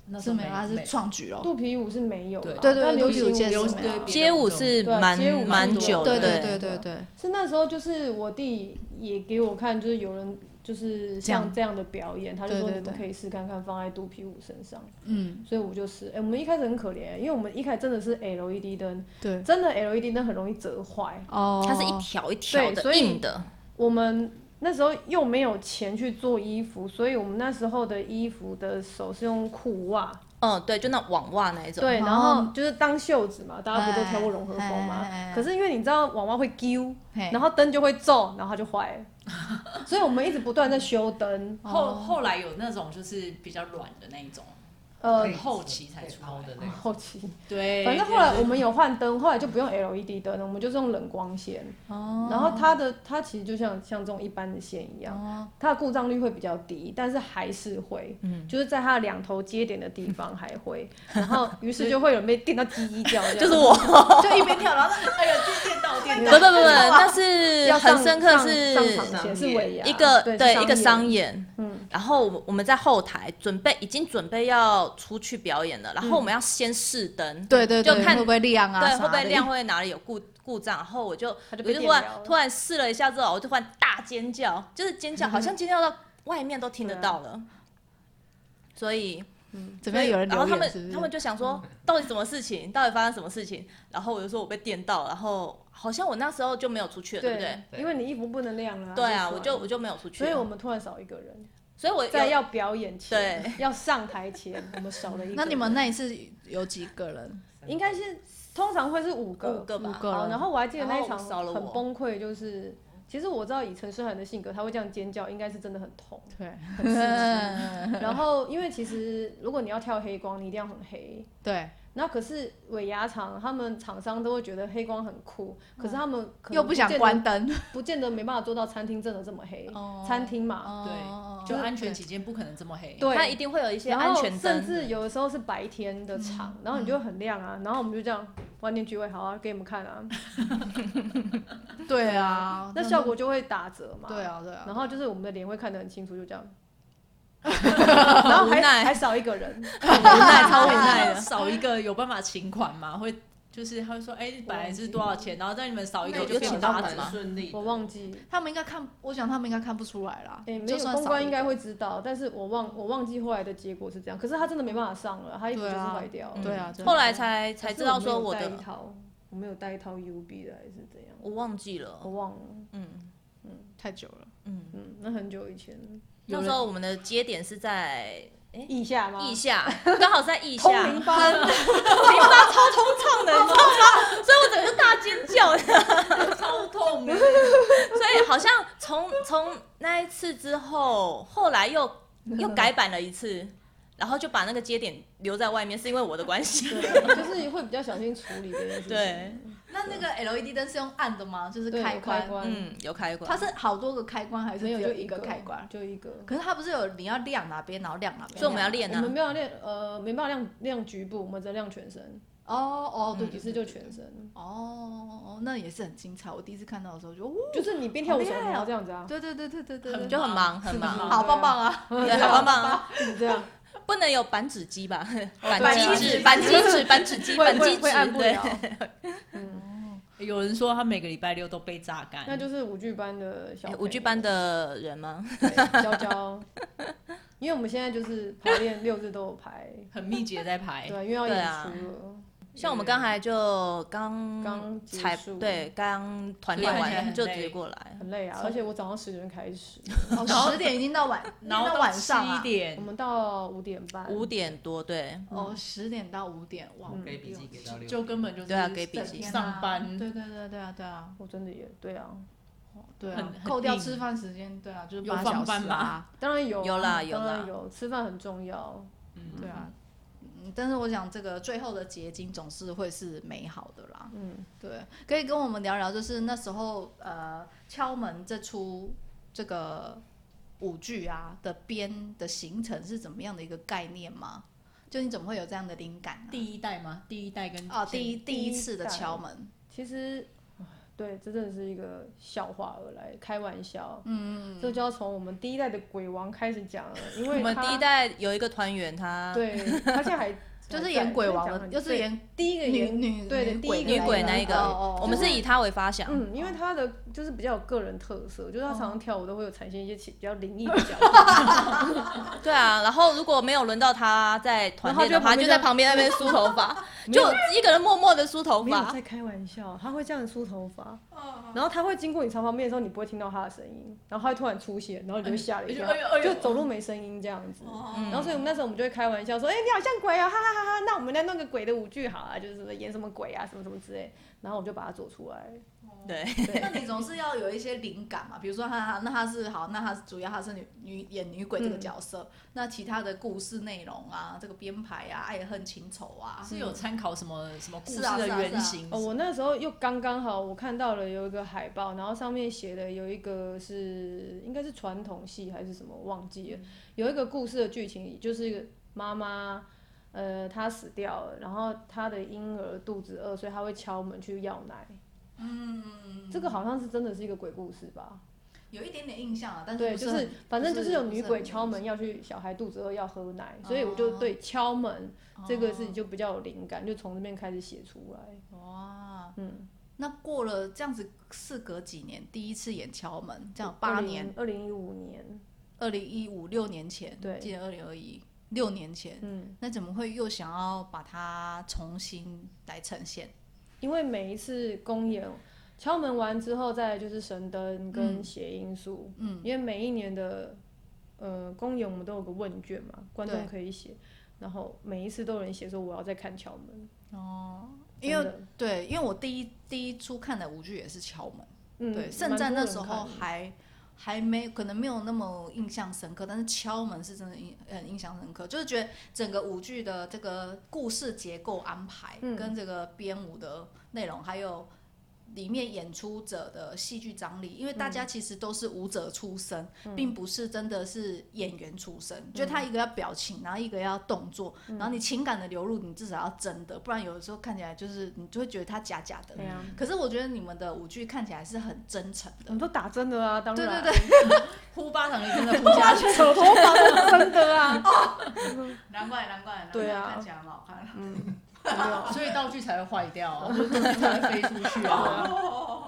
那时是候没没有，他是没创举了。肚皮舞是没有啦，对对对但对流肚行皮舞舞啊健是身没有对街舞是对蛮街舞是蛮多久对的，对对对对对对，是那时候就是我弟也给我看，就是有人就是像这样的表演，他就说对对你们对可以试看看放在肚皮舞身上，嗯，所以我就试。哎、我们一开始很可怜、因为我们一开始真的是 LED 灯，对，真的 LED 灯很容易折坏，哦，它是一条一条对所的以硬的，我们那时候又没有钱去做衣服，所以我们那时候的衣服的手是用裤袜，嗯，对，就那网袜那一种，对，然哦后就是当袖子嘛，大家不都跳过融合风哎吗哎哎哎？可是因为你知道网袜会揪，哎嘿然后灯就会皱，然后它就坏 了，所以我们一直不断在修灯。后后来有那种就是比较软的那一种，呃很，后期才出凹来的那个。后期，对，反正后来我们有换灯，后来就不用 LED 灯了，我们就是用冷光线。哦，然后它的它其实就像像这种一般的线一样，哦它的故障率会比较低，但是还是会，嗯就是在它的两头接点的地方还 会，然后于是就会有人被电到叽叽叫，就是我，就一边跳，然后哎呀，电电到电不不不不，但是要很上深刻上上是场前是商业尾牙，一个对对是一个商演，演，嗯，然后我我们在后台准备，已经准备要出去表演了，然后我嗯们要先试灯，对对对，就看会不会亮啊？对啥会不会的亮，会不会哪里有故故障，然后我就他就我被就电突然疗了 突然试了一下之后，我就突然大尖叫，就是尖叫，好像尖叫到外面都听得对啊到了，所以怎么样？所以有人然后留他言是不们是？他们就想说，到底什么事情？到底发生什么事情？然后我就说我被电到，然后好像我那时候就没有出去了，对不对？因为你衣服不能那样了。对啊，就我算了就我就没有出去所了，以我们突然少一个人，所以我在有要表演前对，要上台前，我们少了一个人。那你们那一次有几个人？应该是通常会是五个，五个吧，五个好，然后我还记得那一场然后少了我很崩溃，就是其实我知道以陈诗涵的性格，他会这样尖叫，应该是真的很痛。 对很刺激然后因为其实如果你要跳黑光，你一定要很黑。对，那可是尾牙厂他们厂商都会觉得黑光很酷，可是他们可能又不想见得关，灯，不见得没办法做到餐厅真的这么黑。哦餐厅嘛，啊哦就安全起见，不可能这么黑。对，它一定会有一些然安后全甚灯，至有的时候是白天的场，然后你就很亮啊，然后我们就这样晚点聚会，好啊，给你们看啊，对啊，那效果就会打折嘛。对啊对啊，然后就是我们的脸会看得很清楚，就这样。然后无还奈还少一个人，无奈超无奈那的。少一个有办法请款吗？会就是他会说，哎，本来是多少钱，然后让你们少一那个有就变请成到八折人吗顺利我忘记，他们应该看，我想他们应该看不出来啦。哎、没就有算公少关一应该个会知道，但是我忘我忘记后来的结果是这样。可是他真的没办法上了，他衣服就对是啊坏掉了。对啊，真的后来才才知道说我我没有的带一套，我没有带一套 UB 的还是怎样，我忘记我了，忘了。嗯太久了，嗯，嗯，那很久以前，那时候我们的接点是在腋下吗？腋下，刚好是在腋通下，灵班，痛的，你知道吗？所以我整个就大尖叫的，超痛的。所以好像从从那一次之后，后来又又改版了一次，然后就把那个接点留在外面，是因为我的关系。对，就是会比较小心处理这件事情。对，那那个 LED 灯是用按的吗？就是对，开有开关，关，嗯，有开关，它是好多个开关还是没有只就一个开关？就一个。可是它不是有你要亮哪边，然后亮哪边？所以我们要练我啊们。没有亮，呃，没办法亮亮局部，我们只能亮全身，哦哦，对，一对次对就对全嗯身，哦哦，那也是很精彩。我第一次看到的时候就，哦，就是你边跳舞手好厉害舞哦然后这样子啊，对对对对对对，对就很忙，很忙，好棒棒啊！对，好棒棒啊！就是这样，不能有扳指机 吧？对扳啊机制，扳机制，扳指 机，会扳会机会按制，不对了，， 嗯，有人说他每个礼拜六都被榨干，那就是舞剧班的小哎朋友，舞剧班的人吗？对娇娇，因为我们现在就是排练六日都有排，很密集的在排对，。因为要演对啊出了，像我们刚才就刚刚结才束对，刚团练所以看起来完很就直累接过来，很累啊，而且我早上十点开始，哦，十点已经到晚，已经然后到到晚上啊七。点我，们到五点 半，五点多对，哦，十点到五点，哇，嗯给笔记给到六，就根本就是对啊给笔记天啊上班，对对对对啊，对啊，我真的也对啊，对啊很，很扣掉硬吃饭时间，对啊，就是有八放小班时吗啊。当然有啊，有啦有当然啦有，吃饭很重要，对啊，嗯，但是我想这个最后的结晶总是会是美好的啦。嗯，对，可以跟我们聊聊，就是那时候呃敲门这出呃这个舞剧啊的编的行程是怎么样的一个概念吗？就你怎么会有这样的灵感呢、第一代吗？第一代跟啊？哦，第一第第一一次的代敲门，其实，唉对，这真的是一个笑话而来，开玩笑。嗯，这就要从我们第一代的鬼王开始讲了，因我为们他第一代有一个团员，他对，他现在还就是演鬼王的，的，就是对演第一个女演。女对女第一鬼个女鬼那那一一个个哦哦，我们是以他为发想，嗯，因为他的就是比较有个人特色，就是他常常跳舞都会有产生一些奇比较灵异的角色，对啊。然后如果没有轮到他在团练的话，然后就就在在旁边那边梳头发， 没就有一个人默默的梳头没有发在。开玩笑，他会这样梳头发，哦然后他会经过你床旁边的时候，你不会听到他的声音，然后他会突然出现，然后你就吓了一跳哎呦哎，呦就走路没声音这样子。哦嗯然后所以我们那时候我们就会开玩笑说，哎、你好像鬼啊，哈哈哈哈，那我们来弄个鬼的舞剧好啊，就是演什么鬼啊，什么什么之类。然后我就把它做出来，对，那你总是要有一些灵感嘛，比如说他他那他是好，那他主要他是女女演女鬼这嗯个角色，那其他的故事内容啊，这个编排啊，爱恨情仇啊，是嗯有参考什么什么故事是啊的是啊原型哦，我那时候又刚刚好，我看到了有一个海报，然后上面写的有一个是应该是传统戏还是什么忘记了，有一个故事的剧情就是一个妈妈。呃，她死掉了，然后她的婴儿肚子饿，所以她会敲门去要奶。嗯，这个好像是真的是一个鬼故事吧？有一点点印象啊，但是对，不就很是反正不就是是有不女很哦鬼明敲门要去小孩肚子饿要喝奶，所以我就对敲门哦这个事情就比较有灵感，就从这边开始写出来。哇，嗯，那过了这样子，事隔几年，第一次演敲门，这样有八年，二零一五年，二零一五六年前，对今年二零二一六年前，嗯，那怎么会又想要把它重新来呈现？因为每一次公演，敲门完之后，再来就是神灯跟谐音素，嗯，因为每一年的呃公演我们都有个问卷嘛，观众对可以写，然后每一次都有人写说我要再看敲门，哦因为真的对，因为我第一第一出看的舞剧也是敲门，嗯，对，蛮圣战多那人时看候的还还没可能没有那么印象深刻，但是敲门是真的印很印象深刻，就是觉得整个舞剧的这个故事结构安排、嗯跟这个编舞的内容，还有里面演出者的戏剧张力，因为大家嗯其实都是舞者出身，并不是真的是演员出身，就他嗯一个要表情，然后一个要动作，然后你情感的流入，你至少要真的，不然有的时候看起来就是你就会觉得他假假的。对呀，可是我觉得你们的舞剧看起来是很真诚我们的，都打真的啊，当对然，对对呼巴掌也真的呼下去，对，扯 头发都是真的啊，难怪难怪，难怪对啊看起来很好看， 有没有所以道具才会坏掉啊，或者东西才会飞出去啊。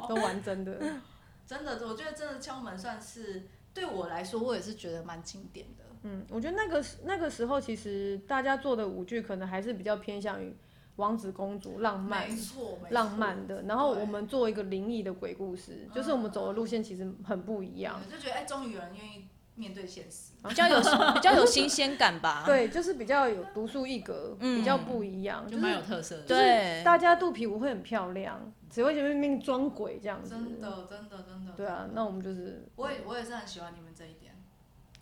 都玩真的， 真的，我觉得真的敲门算是对我来说，我也是觉得蛮经典的。嗯，我觉得那个时那个时候其实大家做的舞剧可能还是比较偏向于王子公主浪漫，没错，没错浪漫的，然后对我们做一个灵异的鬼故事，就是我们走的路线其实很不一样。我就觉得哎，终于有人愿意面对现实。比较有比较有新鲜感吧。 对，就是比较有独树一格，比较不一样， 就是蛮有特色的，就是对大家肚皮舞会很漂亮，只会前面面装鬼这样子。真的，真的，真的。对啊，那我们就是我也我也是很喜欢你们这一点，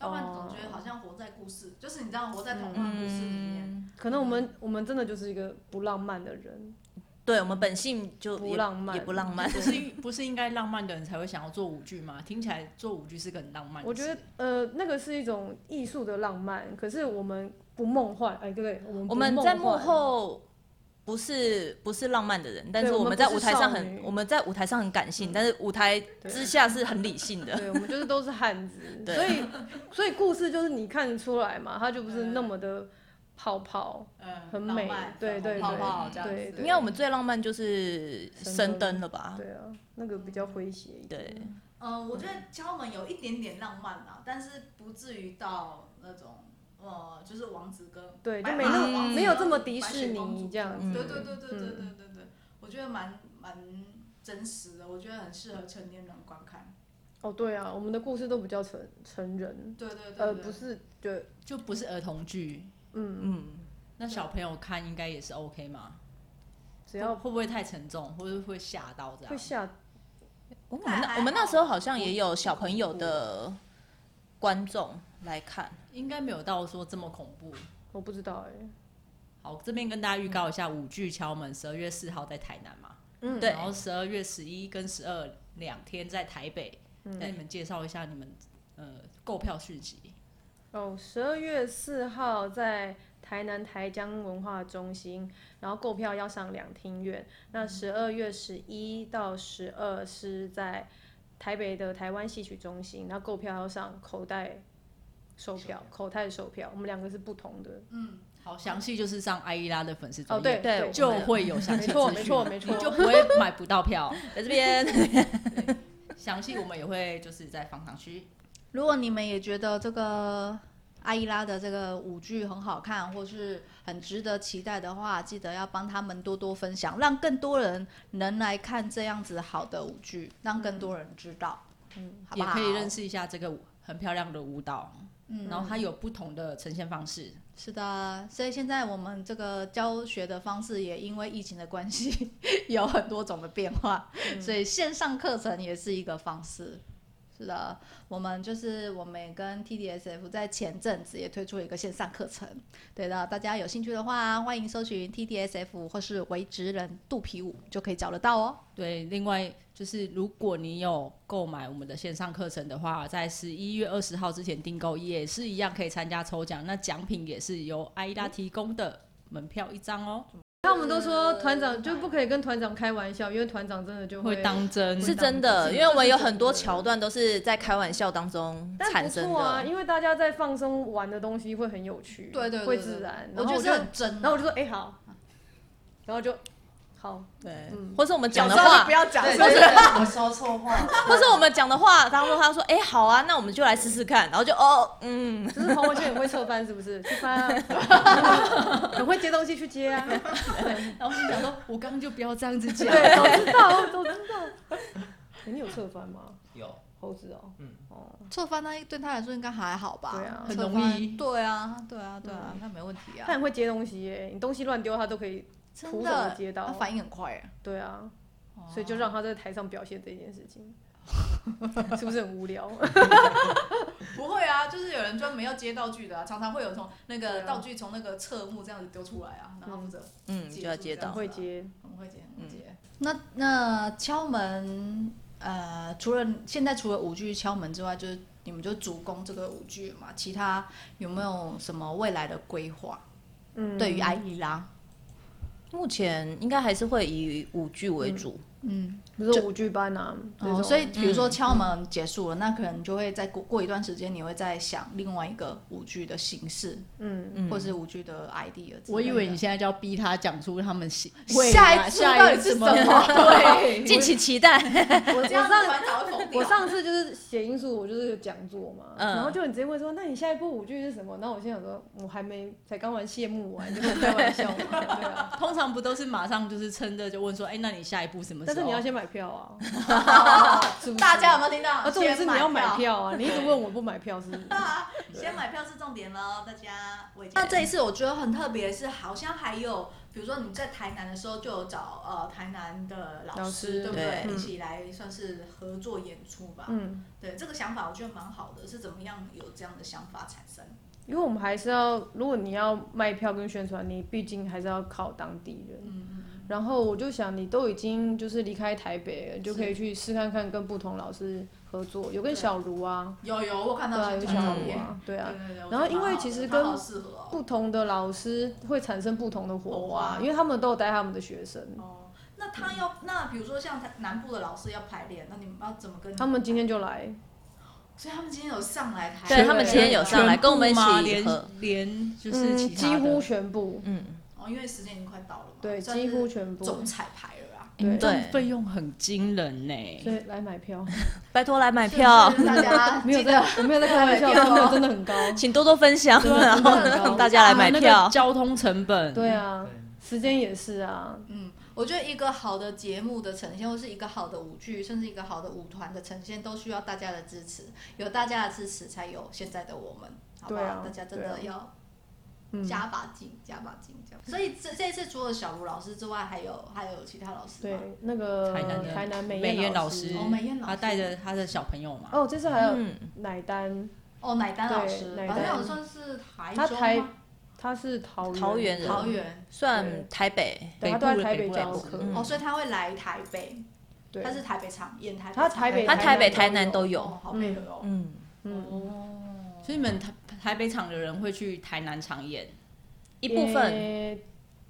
要不然总觉得好像活在故事，就是你知道活在童嗯话故事里面。可能我们我们真的就是一个不浪漫的人，对，我们本性就不也浪漫也不浪漫。不是应不是应该浪漫的人才会想要做舞剧吗？听起来做舞剧是个很浪漫的事。我觉得呃那个是一种艺术的浪漫，可是我们不梦幻，哎，对不对？我们我我们在幕，后不是不是浪漫的人，但是对我我们们在不舞是台上少很女嗯我们在舞台上很感性，但是舞台对之下是很理性 的。对，我们就是都是汉子， 对所以所以故事就是你看得出来嘛，它就不是那么的泡泡。嗯很美浪漫对对泡对泡这样对子对应该我们最浪漫就是神升灯灯了吧？对啊，那个比较诙谐一点。对，嗯，我觉得敲门有一点点浪漫啊，但是不至于到那种呃，就是王子跟对白就没马那王子没有跟这么迪白士雪尼公主这样对子嗯对对对对对嗯对对，我觉得蛮蛮真实的，我觉得很适合成年人观看。哦，对啊，我们的故事都比较成成人，对对对对，呃，不是，对，就不是儿童剧。嗯，嗯，那小朋友看应该也是 OK 吗？只要会不会太沉重，或者会吓到这样啊会？吓，我们还那还我们那好时候好像也有小朋友的观众来看，应该没有到说这么恐怖。我不知道哎、好，这边跟大家预告一下，舞剧敲门十二月四号在台南嘛，嗯，对然后十二月十一跟十二两天在台北。那你们介绍一下你们呃购票讯息。哦，十二月四号在台南台江文化中心，然后购票要上两厅院。那十二月十一到十二是在台北的台湾戏曲中心，然后购票要上口袋售票，口袋售票，我们两个是不同的。嗯，好，详细就是上艾依拉的粉丝专哦，页对对我就们会有详没细资错讯没错没错你就不会买不到票。在这边详细我们也会就是在放上去。如果你们也觉得这个阿依拉的这个舞剧很好看，或是很值得期待的话，记得要帮他们多多分享，让更多人能来看这样子好的舞剧，让更多人知道，嗯，好不也好？可以认，识一下这个很漂亮的舞蹈，嗯，然后它有不同的呈现方式。是的，所以现在我们这个教学的方式也因为疫情的关系 有很多种的变化，嗯所以线上课程也是一个方式。是的，我们就是我们也跟 TDSF 在前阵子也推出了一个线上课程，对的，大家有兴趣的话，欢迎搜寻 TDSF 或是维职人肚皮舞就可以找得到哦。对，另外就是如果你有购买我们的线上课程的话，在十一月二十号之前订购也是一样可以参加抽奖，那奖品也是由艾拉提供的门票一张哦，那我们都说团长就不可以跟团长开玩笑，因为团长真的就会当真。是真的，因为我们有很多桥段都是在开玩笑当中但产不生错啊，的。因为大家在放松玩的东西会很有趣，对对对会对自然。我然后觉得我就这很真啊、然后我就说，哎、好，然后就好，对嗯，或是我们讲的时候话不，要讲，对是不对是？对，我说错话，或是我们讲的话，然后他说，哎，好啊，那我们就来试试看，然后就哦，嗯，只是朋友圈很会侧翻，是不是？去翻啊，很会接东西 去接啊。然后我心想说，我刚刚就不要这样子 讲。对，都知道，都知道。欸你有侧翻吗？有猴子哦，嗯哦，侧翻那对他来说应该还好吧？对啊很侧容翻易对啊，对啊，对啊，那没问题他啊。很会接东西耶，你东西乱丢，他都可以。真徒手的地接到他反应很快哦耶。对啊，所以就让他在台上表现这件事 情，是不是很无聊？不会啊，就是有人专门要接道具的啊，常常会有从那对个啊道具从那个侧幕这样子丢出来啊，然后负责嗯，就要接很到。会接，很会接，很会接。嗯那那敲门，呃，除了现在除了舞剧敲门之外，就是你们就主攻这个舞剧嘛，其他有没有什么未来的规划？嗯，对于艾依拉，目前应该还是会以舞剧为主，嗯，不是舞剧班啊，这哦，种所以比如说敲门结束了，那可能就会再过过一段时间，你会再想另外一个舞剧的形式，嗯，嗯或是舞剧的 idea 之类的。我以为你现在就要逼他讲出他们下啊下一次到底是什么？对， 敬请期待。我我这样上子反倒会疯我掉。上次就是写因素，我就是有讲座嘛，嗯然后就很直接问说，那你下一部舞剧是什么？然后我心想说，我还没才刚玩谢幕完，就跟我开玩笑嘛，对啊。 通常不都是马上就是撑着就问说，哎、那你下一步什么时候？但是你要先买票啊，是不是？大家有没有听到？啊，重点是你要买先票啊，你一直问我不买票是不是？先买票是重点喽，大家。那这一次我觉得很特别，是好像还有，比如说你在台南的时候就有找呃台南的老师，老师对不嗯对一起来算是合作演出吧。嗯，对，这个想法我觉得蛮好的，是怎么样有这样的想法产生？因为我们还是要，如果你要卖票跟宣传，你毕竟还是要靠当地嗯人。然后我就想，你都已经就是离开台北了，你就可以去试看看跟不同老师合作，有跟对小卢啊，有有，我看对啊，到有宣小传照卢片。啊，对对啊，对对，我然觉后得因为蛮好其实的跟蛮好适合哦不同的老师会产生不同的火火花花，因为他们都有带他们的学生，哦，那他要那比如说像他南部的老师要排练，那你们要怎么跟他们今天就来，所以他们今天有上来台，对他们今天有上来跟我们一起合，连连就是嗯，其他的几哎乎全部，嗯，哦，因为时间已经快到了嘛，对，算是几乎全部，总彩排了 啊。对，这对样费用很惊人呢、所以来 买票，拜托来买票，是不是 大家没有记在得，我没有在开 玩笑，买票真的真的很高，请多多分享，对啊然真的后很高让大家来买啊那个票。交通成本，对啊，对时间也是啊，嗯，我觉得一个好的节目的呈现，或是一个好的舞剧，甚至一个好的舞团的呈现，都需要大家的支持。有大家的支持，才有现在的我们，好不好？对啊大家真对啊的要嗯，加把劲，加把劲，加把劲。所以这这一次除了小卢老师之外，还有还有其他老师对吗？，那个台南的台南美呃美艳艳老老师师，哦，美艳老师，他带着他的小朋友嘛，哦，这次还有嗯，奶丹，哦奶丹老师，对奶奶丹丹老师算是台他中台嗯吗他是桃桃园人桃园。算台北，对，北他部都在的台北北部来教的课，嗯哦，所以他会来台北，对他，是台北场演台北他场，台北他台北、台台南南都有。哦，好配合哦。嗯，嗯，哦，所以你们台台北场的人会去台南场演，一部分，也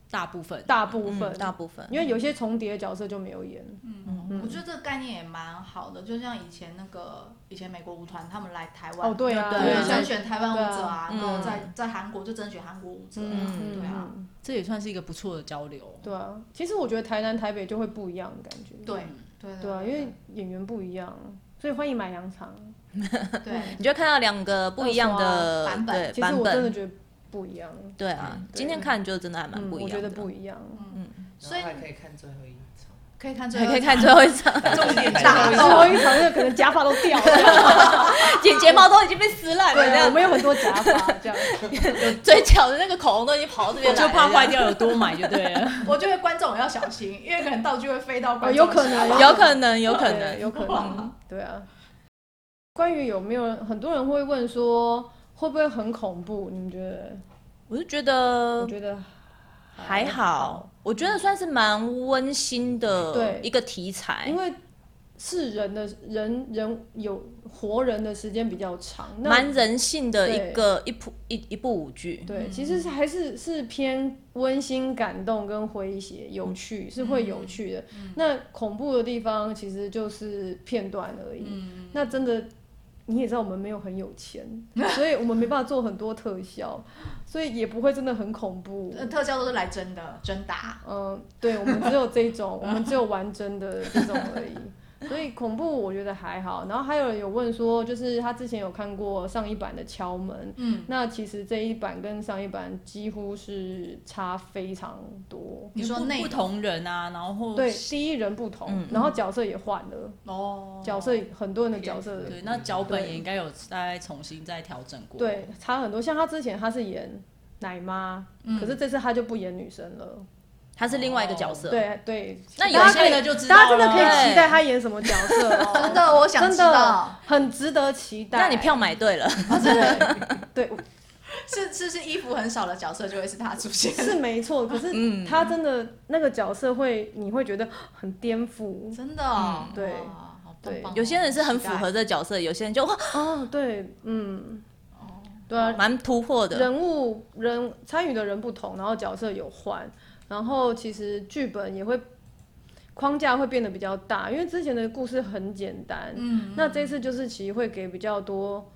大部分大部嗯分，大部分，因为有些重叠的角色就没有演，嗯，我觉得这个概念也蛮好的，就像以前那个以前美国舞团他们来台湾，哦，对啊，对，对啊甄选台湾舞者啊，对然啊后嗯在在韩国就甄选韩国舞者啊，嗯对啊，嗯，这也算是一个不错的交流。对啊，其实我觉得台南、台北就会不一样的感觉，对对嗯对啊，因为演员不一样，所以欢迎买两场。对嗯你就看到两个不一样的二刷版本对其实版我真的本，觉得不一样，对啊，对今天看就真的还蛮嗯，不一我觉样得的。不一样，所以然后还可以看最后一场，可以看最还后 可以一看场最后一场，重点打最 后一场那个可能假发都掉了，眼睫毛都已经被撕烂了，这对啊，我样们有很多假发这样，嘴角的那个口红都已经跑到这我边来就了，怕坏掉有多买就对了。我觉得观众也要小心，因为可能道具会飞到哦，观众有席。可能， 有可能，有 可对能，有可能，对啊。关于有没有很多人会问说会不会很恐怖？你们觉得？我是觉得我觉得还好，我觉得算是蛮温馨的对一个题材因，为是人的人人有活人的时间比较长，那蛮人性的对一个一部一一部舞剧。对，其实是还是是偏温馨、感动跟诙谐、有趣，是会有趣的。那恐怖的地方其实就是片段而已。那真的你也知道我们没有很有钱，所以我们没办法做很多特效，所以也不会真的很恐 怖。呃特效都是来真的，真打。嗯，对，我们只有这种，我们只有玩真的这种而已。所以恐怖我觉得还好。然后还有人有问说，就是他之前有看过上一版的《敲门》，嗯，那其实这一版跟上一版几乎是差非常多。你说不内不同人啊，然后哦对，第一人不同，嗯然后角色也换了，哦，角色很多人的角色对，那脚本也应该有再重新再调整过。，对差很多。像他之前他是演奶妈，可是这次他就不演女生了。他是另哦外一个角色。，哦对对，那大有家可些以人就知道大家真的了可以期对待他演什么角色哦， 真的，我想真知的道，很值得期待。嗯那你票买对了，对是是是衣服很少的角色就会是他出现。是没错，可是他真的那个角色会，你会觉得很颠覆。 真的哦、嗯对哇好棒棒哦有些人是很符期待合这角色，有些人就哇哦，对，嗯，对啊，蛮突破的。人物人参与的人不同，然后角色有换，然后其实剧本也会框架会变得比较大，因为之前的故事很简单，嗯，那这次就是其实会给比较多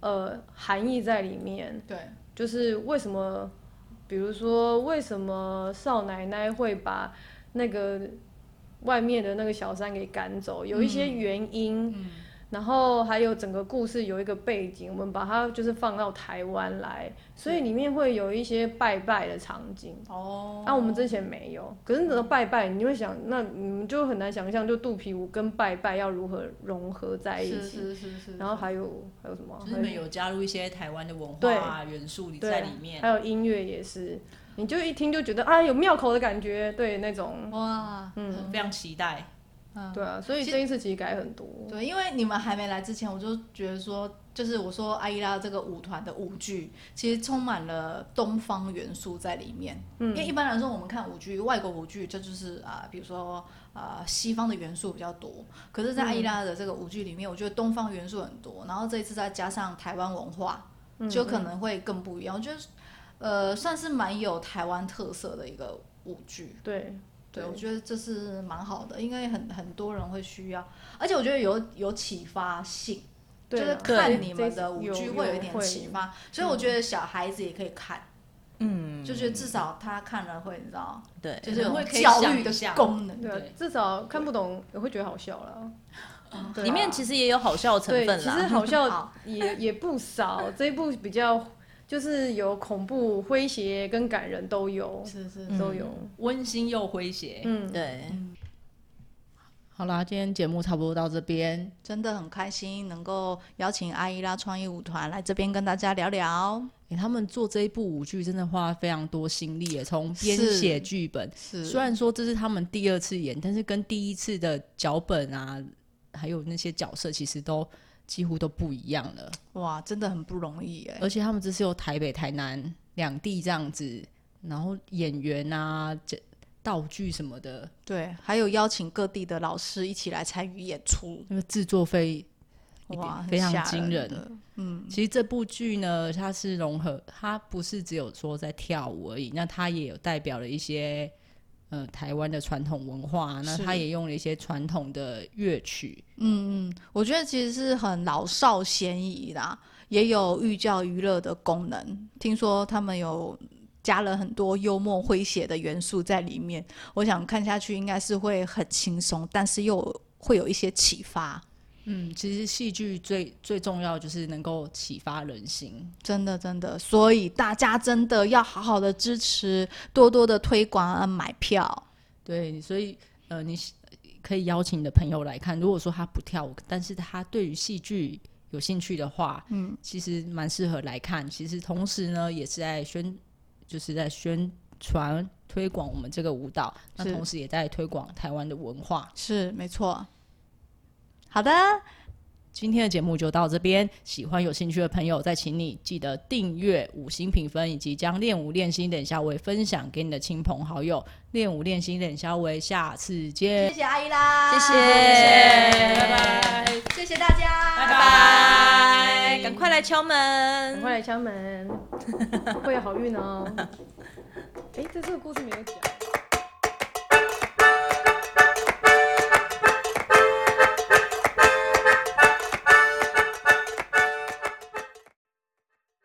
呃含义在里面，对，就是为什么，比如说为什么少奶奶会把那个外面的那个小三给赶走，有一些嗯原因。然后还有整个故事有一个背景，我们把它就是放到台湾来，所以里面会有一些拜拜的场景。哦，啊，我们之前没有，可是你的拜拜，你会想，那你们就很难想象，就肚皮舞跟拜拜要如何融合在一是起。是是是，然后还有还有什么？就是还有你们有加入一些台湾的文化啊元素你对在里面还。有音乐也是，你就一听就觉得啊，有庙口的感觉，对那种，哇，嗯嗯，非常期待，对啊，所以这一次其实改很多，对，因为你们还没来之前，我就觉得说，就是我说阿依拉这个舞团的舞剧，其实充满了东方元素在里面。嗯，因为一般来说，我们看舞剧，外国舞剧，这就是啊、比如说啊、西方的元素比较多。可是，在阿依拉的这个舞剧里面，我觉得东方元素很多，然后这一次再加上台湾文化，嗯就可能会更不一样。我觉得，呃，算是蛮有台湾特色的一个舞剧。对对，对我觉得这是蛮好的，因为很很多人会需要，而且我觉得有有启发性，就对是啊，看对你们的这舞有剧会有一有点会启发，所以我觉得小孩子也可以看，嗯，就觉得至少他看了会，你知道，对，就是有会可以教想育一的下功能。对啊对，至少看不懂也会觉得好笑啦。对啊哦里面其实也有好笑的成对，分其实啦。好 笑好也也不少，这一部比较就是有恐怖、诙谐跟感人都有，是是嗯都有，温馨又诙谐。嗯，对，好啦，今天节目差不多到这边，真的很开心能够邀请阿依拉创意舞团来这边跟大家聊聊，欸他们做这一部舞剧真的花非常多心力耶，从编是写剧本，是虽然说这是他们第二次演，但是跟第一次的脚本啊，还有那些角色其实都几乎都不一样了。哇，真的很不容易哎、而且他们这次有台北、台南两地这样子，然后演员啊、这道具什么的，对，还有邀请各地的老师一起来参与演出，那个制作费一定哇，很非常吓惊人的，嗯，其实这部剧呢，它是融合，它不是只有说在跳舞而已，那它也有代表了一些呃台湾的传统文化，那是它也用了一些传统的乐曲，嗯嗯，我觉得其实是很老少咸宜啦，也有寓教于乐的功能。听说他们有加了很多幽默诙谐的元素在里面，我想看下去应该是会很轻松，但是又会有一些启发。嗯，其实戏剧最最重要就是能够启发人心，真的真的，所以大家真的要好好的支持，多多的推广、呃买票。对，所以呃，你喜可以邀请你的朋友来看。如果说他不跳舞，但是他对于戏剧有兴趣的话，嗯，其实蛮适合来看。其实同时呢，也是在宣，就是在宣传推广我们这个舞蹈，那是同时也在推广台湾的文化。是，没错。好的，今天的节目就到这边，喜欢有兴趣的朋友，再请你记得订阅、五星评分，以及将练舞练心等下为分享给你的亲朋好友。练舞练心等下为，下次见。谢谢阿姨啦，谢谢，拜拜，谢谢大家，拜拜，赶快来敲门，赶 啊快来敲门，会有好运哦。哎，这这个故事没有讲。